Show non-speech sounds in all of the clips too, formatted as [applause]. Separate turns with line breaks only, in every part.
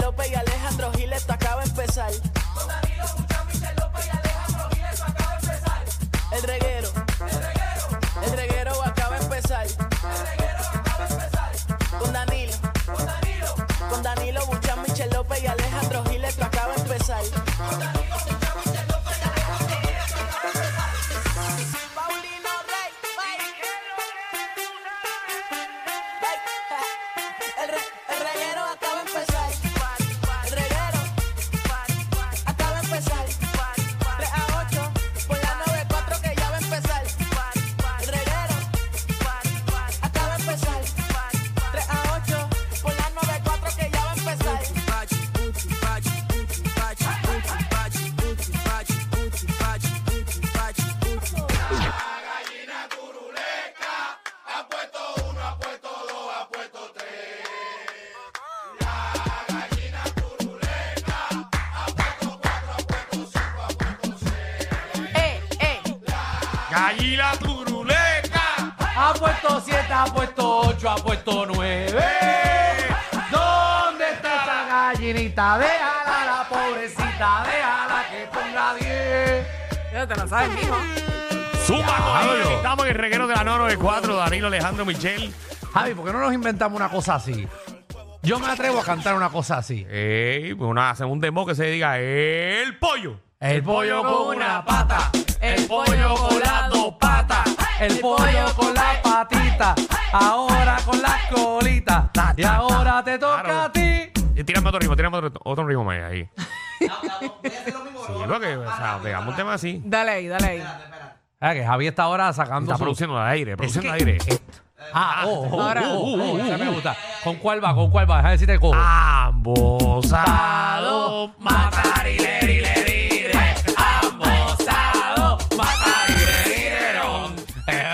López y Alejandro Gil, esto acaba de empezar.
Con Danilo Buchan, Michel López y Alejandro Gil, esto acaba de empezar.
El reguero,
El reguero,
el reguero acaba de empezar.
el reguero acaba de empezar.
Con Danilo,
Con Danilo,
con Danilo Buchan, Michel López y Alejandro Gil, esto acaba de empezar.
con Danilo Buchan, Michel López y Alejandro Gil, esto acaba de empezar. Paulino Rey,
El, re- el reguero acaba de empezar. El reguero acaba de empezar. 3 a 8 por la 94 que ya va a empezar. El reguero acaba de empezar. 3 a 8 por la 94 que ya va a empezar.
Eh,
Gallina turuleca.
Ha puesto 7, ha puesto 8, ha puesto 9. ¿Dónde está esa gallinita? Déjala, la pobrecita, déjala que ponga 10.
Ya te lo sabes, mijo.
Zumba, corillo.
Diablo.
Estamos en el reguero de la 994, Danilo Alejandro Michel.
Javi, ¿por qué no nos inventamos una cosa así? Yo me atrevo a cantar una cosa así.
Ey, pues una, hacemos un demo que se diga el pollo.
El pollo con una pata, el pollo con las dos patas, el pollo con la patita, ahora con las colitas, y ahora te toca a ti.
Y Eh, tírame otro ritmo, tírame otro, otro ritmo más [laughs] ahí. Sí, porque, o sea, pegamos un tema así.
Dale ahí, dale ahí.
Ah, que Javi está ahora sacando
Está
su-
produciendo al aire, produciendo al
que-
aire.
Ah, oh, oh,
Ahora.
oh, oh, oh, esa me gusta. ¿Con cuál va? ¿Con cuál va? Déjame decirte cojo.
Ambos
Ambosado, matar y le di, le di, le. Ambosado, matar y le di, le don.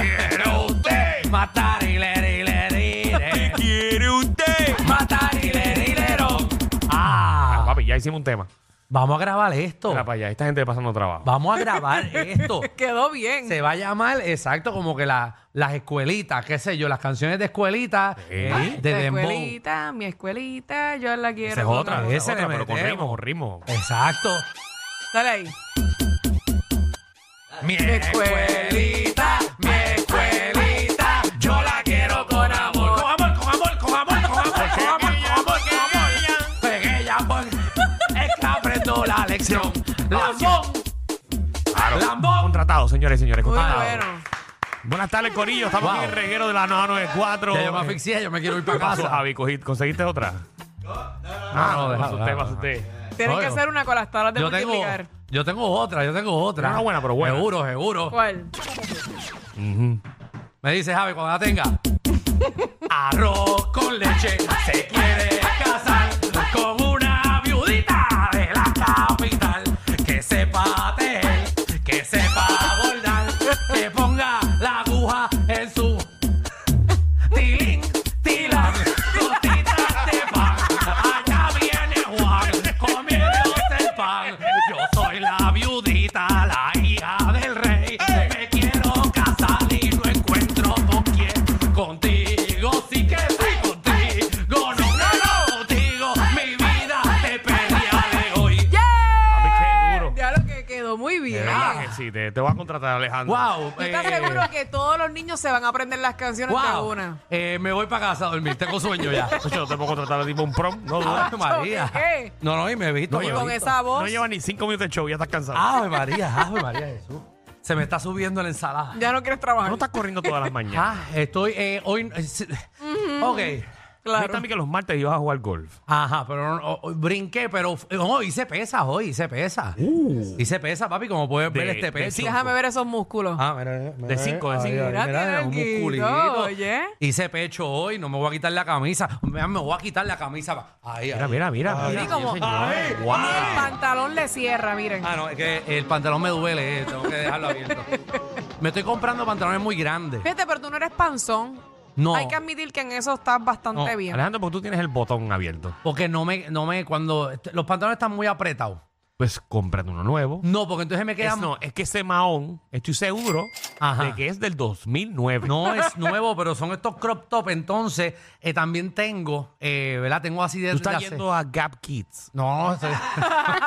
quiero usted.
Matar y le di, le di, le.
Quiere usted.
Matar y le di, le don. Ah,
Papi, ya hicimos un tema.
vamos a grabar esto.
Mira para allá, esta gente pasando trabajo.
Vamos a grabar esto.
[laughs] Quedó bien.
Se va a llamar, exacto, como que la- las escuelitas, qué sé yo, las canciones de escuelita eh, de
Mi
Dembow.
escuelita, mi escuelita, yo la quiero.
Esa es otra,
con-
esa
Ese
es otra,
le
pero con
metemos.
ritmo, con ritmo.
Exacto.
Dale ahí.
Mi
escuelita,
mi escuelita, yo la quiero con amor. Con amor, con amor, con amor, con amor, con amor, con amor, con amor.
Ella es que aprendió la lección. Lambón.
Ah, Claro,
Lambón.
Contratado, señores y señores,
Muy
contratado.
bueno.
Buenas tardes, Corillo. Estamos
Wow.
aquí en el reguero de la 994.
Ya yo me
Eh,
asfixié, yo me quiero ir
¿Qué
para
pasó, Ah,
casa.
Javi? Cogí- ¿Conseguiste otra?
Ah, no,
Más
déjalo,
usted,
déjalo,
más usted.
Tienes
Oye,
que hacer una con las tablas de
Yo tengo,
multiplicar.
yo tengo otra, yo tengo otra.
Una buena, pero buena.
Seguro, seguro.
¿Cuál?
Me dice Javi cuando la
[laughs]
tenga. Arroz con leche se quiere casar con una viudita de la capital que sepa tejer, que sepa bordar, que ponga la aguja en su Tilín, tilán, gotitas de pan. Allá viene Juan, comiéndose el pan. Yo soy la viudita, la hija del rey. Me quiero casar y no encuentro con quién. Contigo sí que sí, contigo no, no, no, contigo. Mi vida te pedía de hoy.
Papi, qué duro.
Ya lo que quedó muy
De
bien.
verdad que sí, te, te voy a contratar, Alejandro.
Wow.
Yo te aseguro que todos los niños se van a aprender las canciones de
Wow.
una.
Eh, me voy para casa a dormir, tengo sueño
[laughs]
ya.
Escucha, yo te puedo contratar tipo un prom. No duda.
Ave María.
¿Qué?
No, no, y me he visto.
No
me he
llevo
Con
visto.
esa voz.
No lleva ni cinco minutos de show, ya estás cansado.
Ave María, Ave María Jesús. Se me está subiendo la ensalada.
Ya no quieres trabajar.
No estás corriendo todas las mañanas.
Ah, estoy eh, hoy. eh, sí. Ok.
Viste
claro.
a mí que los martes ibas a jugar golf.
Ajá, pero no- oh, oh, brinqué, pero f- no, hice pesas hoy, hice pesas. Hice pesas, papi, como puedes ver
Uh. De-
este
de
pecho.
cinco.
Déjame ver esos músculos.
Ah, mira, mira,
De cinco, de
ay,
cinco.
ay,
Mira, tiene
un
alguito,
musculito.
oye.
Hice pecho hoy, no me voy a quitar la camisa. Mira, Me voy a quitar la camisa. Ahí,
Mira,
ahí.
mira, mira.
Ay,
mira,
sí, como-
sí, señor.
ay,
Wow.
Y el pantalón le cierra, miren.
Ah, no, es que el pantalón me duele, eh, tengo que dejarlo abierto. me estoy comprando pantalones muy grandes.
Fíjate, pero tú no eres panzón.
No.
Hay que admitir que en eso estás bastante
No,
bien.
pues Alejandro, porque tú tienes el botón abierto.
este, Porque no me, no me, cuando los pantalones están muy apretados.
pues cómprate uno nuevo.
No, porque entonces me queda.
Es, no, es que ese Mahón, estoy seguro
Ajá.
de que es del 2009.
No es nuevo, pero son estos crop top. Entonces, eh, también tengo, eh, ¿verdad? Tengo así de.
Tú estás
de hace-
yendo a Gap Kids.
No, estoy- [laughs]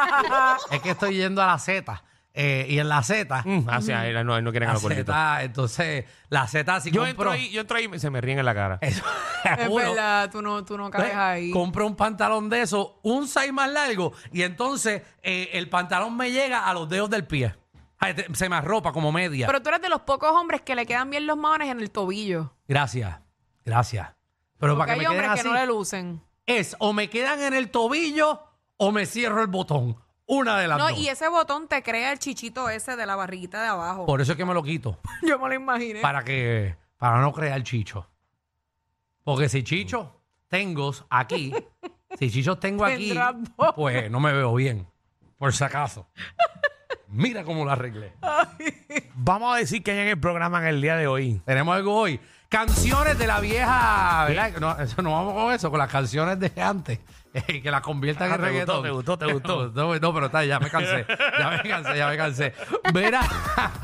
es que estoy yendo a la Z. eh, y en la Z.
Mm, ah, sí, ahí no, ahí no quieren
la
algo cortito.
Z, entonces, la Z si
Yo entro
compro.
ahí, yo entro ahí y se me ríen en la cara.
Eso,
Es
seguro.
verdad, tú no, tú no cabes
Entonces,
ahí.
Compro un pantalón de eso, un size más largo, y entonces eh, el pantalón me llega a los dedos del pie. Ay, te- se me arropa como media.
Pero tú eres de los pocos hombres que le quedan bien los maones en el tobillo.
gracias, gracias. Pero para
Porque
que
hay
me queden
hombres
así,
que no le lucen.
es o me quedan en el tobillo o me cierro el botón. Una de las
No,
dos.
y ese botón te crea el chichito ese de la barriguita de abajo.
Por eso es que me lo quito.
[laughs] Yo me lo imaginé.
para que para no crear chicho. Porque si chicho tengo
[laughs]
aquí, si chicho tengo aquí,
Tendrás dos.
pues no me veo bien, por si acaso. Mira cómo lo arreglé.
Vamos a decir que hay en el programa en el día de hoy.
Tenemos algo hoy. Canciones de la vieja, ¿verdad? No, eso, no vamos con eso, con las canciones de antes. eh, que las conviertan
Ah,
en
te
reggaetón.
gustó, te gustó, te gustó.
[laughs] No, no, pero está, ya me cansé. Ya me cansé, ya me cansé. Verá,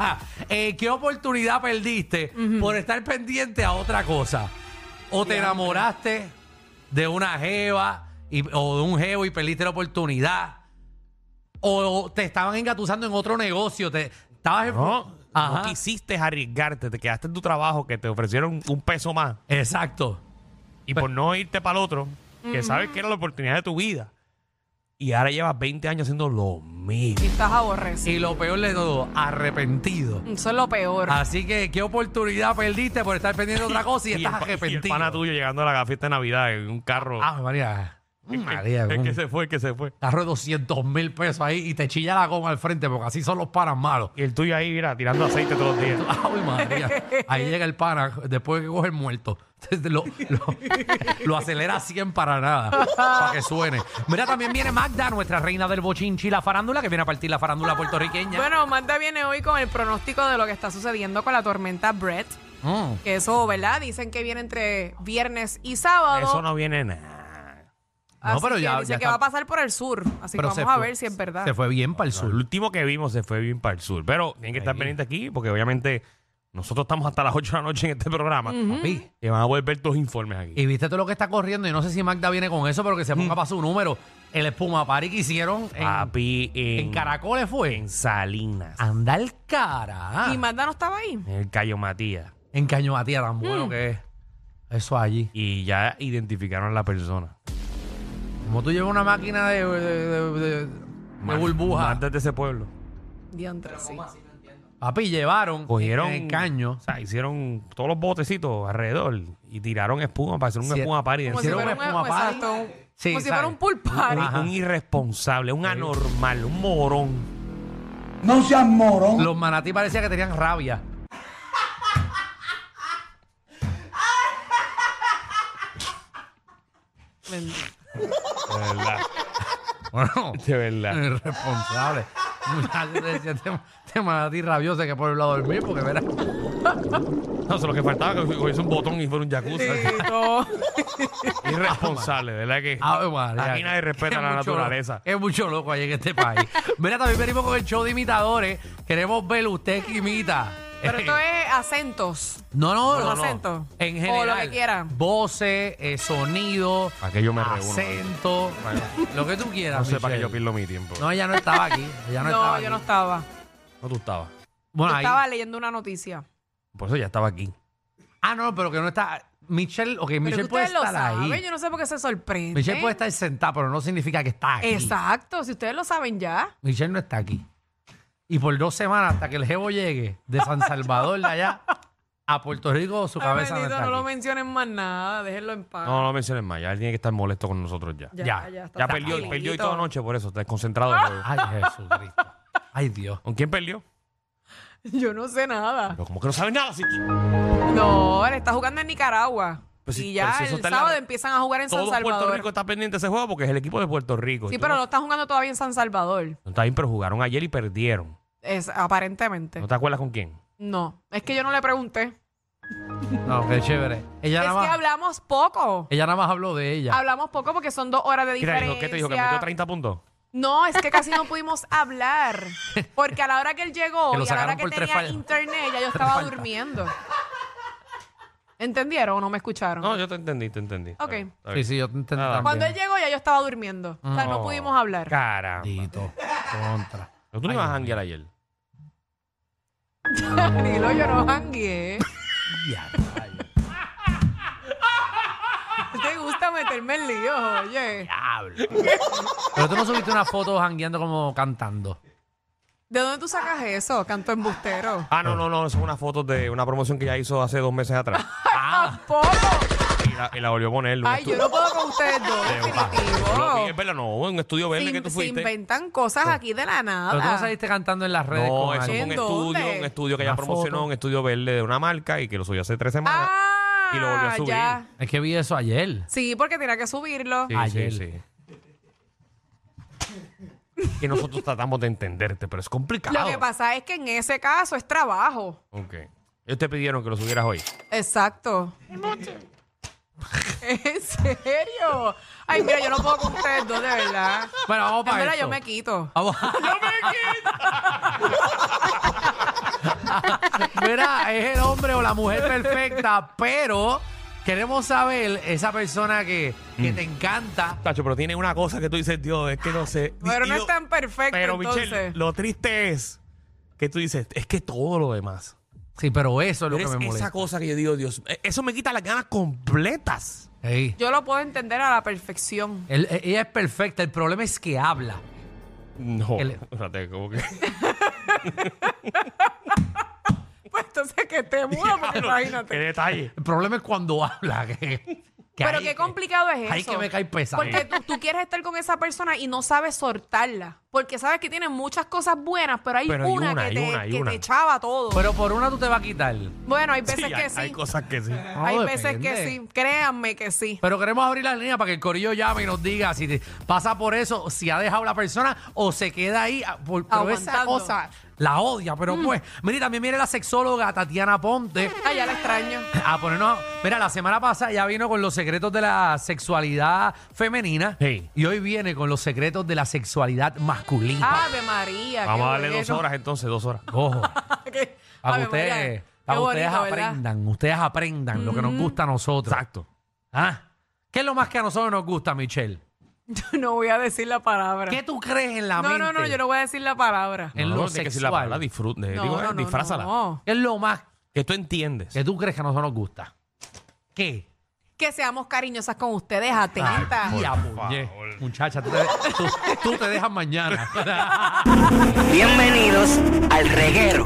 [laughs] eh, ¿qué oportunidad perdiste por estar pendiente a otra cosa? O te enamoraste de una jeva y- o de un jevo y perdiste la oportunidad. O te estaban engatusando en otro negocio. Te, estabas en-
No,
Ajá.
no quisiste arriesgarte, te quedaste en tu trabajo que te ofrecieron un peso más
Exacto.
y por no irte para el otro, que sabes que era la oportunidad de tu vida. Y ahora llevas 20 años haciendo lo mismo.
Y estás aborrecido.
Y lo peor de todo, arrepentido.
Eso es lo peor.
Así que, ¿qué oportunidad perdiste por estar pendiente de otra cosa y,
el
estás
pa-
arrepentido?
[laughs] Y el pana tuyo llegando a la fiesta de Navidad en un carro.
Ah, María.
El que-
María,
el
un
que se fue, el que se fue.
carro de 200 mil pesos ahí y te chilla la goma al frente porque así son los panas malos.
Y el tuyo ahí, mira, tirando aceite todos los días.
Ay, María. Ahí llega el pana después que coge el muerto. [laughs] Lo, lo- lo acelera a 100 para nada. Para que suene. Mira, también viene Magda, nuestra reina del bochinchi, la farándula, que viene a partir la farándula puertorriqueña.
Bueno, Magda viene hoy con el pronóstico de lo que está sucediendo con la tormenta Brett.
Mm.
Que eso, ¿verdad? Dicen que viene entre viernes y sábado.
Eso no viene nada.
Así
No, pero
que
ya-
dice
ya
que
está-
va a pasar por el sur. Así
Pero
que
se
vamos a
fue-
ver si es verdad.
Se fue bien para el
El
sur.
último que vimos se fue bien para el sur. Pero tienen que estar
Ahí.
pendientes aquí porque obviamente nosotros estamos hasta las 8 de la noche en este programa.
Mm.
Papi.
Y van a volver dos informes aquí.
Y viste todo lo que está corriendo. Y no sé si Magda viene con eso, pero que se ponga para su número. El espuma party que hicieron en,
Mm. Papi, en,
en Caracoles fue.
en Salinas.
Anda el cara.
Y Magda no estaba ahí.
En el Cayo Matías.
En Cañoatía, tan
Mm.
bueno que es. Eso allí.
Y ya identificaron a la persona.
Como tú llevas una máquina de, de, de- de- de
Más-
burbuja.
más desde ese pueblo.
Diantre, sí.
Papi, llevaron.
Cogieron.
En el caño.
O sea, hicieron todos los botecitos alrededor y tiraron espuma para hacer un
Sí.
espuma party.
Como si
Hicieron
fuera
un
un,
espuma party.
exacto, un-
Sí,
como
¿sabes?
si fuera un pool party.
Ajá.
un irresponsable, un anormal, un morón.
Los manatí parecía que tenían rabia. [laughs]
De verdad.
Bueno,
De verdad.
irresponsable. [laughs] Muchachos, yo decía, este, este manatí rabioso hay que por el lado dormir, porque verás.
No, eso es lo que faltaba que hubiese un botón y fuera un jacuzzi.
No.
[laughs]
Ah,
Irresponsable, ¿verdad? Que
Ave María.
aquí nadie respeta
Es
la
mucho
naturaleza.
loco, Es mucho loco ahí en este país. Mira, también venimos con el show de imitadores. Queremos ver usted que imita.
Pero esto es acentos.
[laughs] No, no,
Con
no, no.
acento.
En
O
general.
lo que quiera.
Voces, eh, sonido,
¿Para qué yo
Ah,
me reúno?
acento, lo que tú quieras.
No sé para qué yo
Michelle.
pierdo mi tiempo.
No, ella no estaba aquí. Ella no,
No,
estaba
yo
aquí.
no estaba.
No, tú estabas.
Bueno,
yo
ahí-
estaba leyendo una noticia.
Por eso ya estaba aquí.
Ah, no, pero que no está. Michelle, ok,
Pero que
Michelle puede
ustedes lo
estar
saben,
ahí.
yo no sé por qué se sorprende.
Michelle puede estar sentada, pero no significa que está aquí.
Exacto, si ustedes lo saben ya.
Michelle no está aquí. Y por dos semanas, hasta que el jevo llegue de San Salvador de allá a Puerto Rico, su
Ay,
cabeza no
bendito,
está
no lo
aquí.
mencionen más nada, déjenlo en paz.
No, no lo menciones más. Ya él tiene que estar molesto con nosotros ya.
Ah. Ya,
ya.
ya, está
Ya perdió,
tranquilito. Ah.
perdió hoy toda noche por eso. Está desconcentrado. del juego.
Ay, Jesucristo. Ay, Dios.
¿Con quién perdió?
[laughs] Yo no sé nada.
Pero como que no sabes nada, sí.
No, él está jugando en Nicaragua.
Pues sí,
y ya
pero si eso
el
está en la-
sábado empiezan a jugar en San
Todo Puerto Rico
Salvador.
está pendiente de ese juego porque es el equipo de Puerto Rico. Y
Sí,
tú
pero
no-
no está jugando todavía en San Salvador.
No está bien, pero jugaron ayer y perdieron.
Es, aparentemente.
¿No te acuerdas con quién?
No, es que yo no le pregunté.
No, qué chévere. Ella
es
nada
que
más,
hablamos poco.
ella nada más habló de ella.
Hablamos poco porque son dos horas de
¿Qué te
diferencia.
dijo? ¿Qué te dijo? ¿Que metió 30 puntos?
No, es que casi no pudimos hablar. Porque a la hora que él llegó
Que lo
y a la hora
sacaron
que
por tres
tenía
fallas.
internet, ya yo
Tres
estaba
faltas.
durmiendo. ¿Entendieron o no me escucharon?
No, yo te entendí, te entendí. Está
Ok.
bien, está
Sí,
bien.
sí, yo te entendí.
Nada.
también.
Cuando él llegó, ya yo estaba durmiendo. O sea, no
Oh.
pudimos hablar.
Caramba.
Dito, contra.
No, tú no
Ay,
ibas a
Dios
janguear ayer.
[laughs] Danilo, yo no jangueé.
Ya, rayos.
Te gusta meterme en lío, oye.
Pero tú no subiste una foto jangueando como cantando.
¿De dónde tú sacas eso, canto embustero?
Ah, no, no, no. Son unas fotos de una promoción que ya hizo hace dos meses
[laughs]
atrás.
Ah,
¡Tampoco!
y, la, y la volvió a poner. un
Ay, yo
estu-
no puedo con ustedes dos,
de- ah, no, Es
definitivo.
verdad, no. Un estudio verde que tú
Se, se
fuiste.
inventan cosas aquí de la
Pero tú no
nada.
saliste cantando en las redes
No,
con
eso fue un
¿En
estudio,
dónde?
un estudio que ella
Una
promocionó,
foto.
un estudio verde de una marca y que lo subió hace tres semanas.
Ah,
Y lo volvió a subir.
ya.
Es que vi eso ayer.
Sí, porque tenía que subirlo.
Sí,
Ayer.
sí, sí. que nosotros tratamos de entenderte, pero es complicado.
Lo que pasa es que en ese caso es trabajo.
Ok. Ellos te pidieron que lo subieras hoy. [laughs]
Exacto. ¿En serio? Ay, mira, yo no puedo con ustedes dos, de
[laughs]
verdad.
Bueno, vamos
En
para
verdad,
esto.
Ah, yo me quito.
Ah,
Vamos. [laughs] Mira, es el hombre o la mujer perfecta, pero queremos saber esa persona que,
Mm.
que te encanta.
Tacho, pero tiene una cosa que tú dices, Dios, es que no sé.
Pero
Y
no
yo-
es tan perfecto,
Pero,
entonces.
Michelle, lo triste es que tú dices, es que todo lo demás.
Sí, pero eso es lo
Eres
que me
esa
molesta.
cosa que yo digo, Dios, eh, eso me quita las ganas completas.
Ey,
Yo lo puedo entender a la perfección. [laughs]
él- e- ella es perfecta, el problema es que habla.
No.
El-
Espérate, como
[laughs]
que.
Pues entonces que te muda, porque
Qué
imagínate.
detalle.
El problema es cuando habla. que- que
Pero
ahí-
qué complicado es eso.
ahí que me cae pesado.
Porque tú, tú quieres estar con esa persona y no sabes soltarla. Porque sabes que tiene muchas cosas buenas, pero hay
Pero hay
una,
una,
que,
hay
te,
una, hay
que
una.
te echaba todo.
Pero por una tú te vas a quitar.
bueno, hay veces
Sí,
que
hay,
sí.
hay cosas que
[laughs]
sí.
No,
hay veces
depende.
que sí. Créanme que sí.
Pero queremos abrir la línea para que el corillo llame y nos diga si te- pasa por eso, si ha dejado la persona o se queda ahí. ah, Por, pero esa
Aguantando. Mm.
cosa la odia, pero pues. Mire, también viene la sexóloga Tatiana Ponte
Ay, ya la extraño.
a ponernos. a- Mira, la semana pasada ya vino con los secretos de la sexualidad femenina
Sí.
y hoy viene con los secretos de la sexualidad masculina.
Ave María. qué
Vamos a darle
bueno.
dos horas entonces, dos horas.
[laughs]
Ojo,
Qué-
para que
Ave María,
ustedes,
qué
para que ustedes
bonito, ¿verdad? Mm.
aprendan, ustedes aprendan lo que nos gusta a nosotros.
Exacto.
Ah, ¿Qué es lo más que a nosotros nos gusta, Michelle?
[laughs] Yo no voy a decir la palabra.
¿Qué tú crees en la
No,
mente?
no, no, yo no voy a decir la palabra.
En
No,
lo
no, tiene que decir la
sexual.
palabra, disfrut- eh,
No,
digo,
no,
eh,
no,
disfrázala.
no.
¿Qué es lo más
Que tú entiendes.
que tú crees que a nosotros nos gusta? ¿Qué?
Que seamos cariñosas con ustedes, atentas.
Ya, puñe. Muchacha, tú te, tú- tú te dejas mañana.
Bienvenidos al reguero.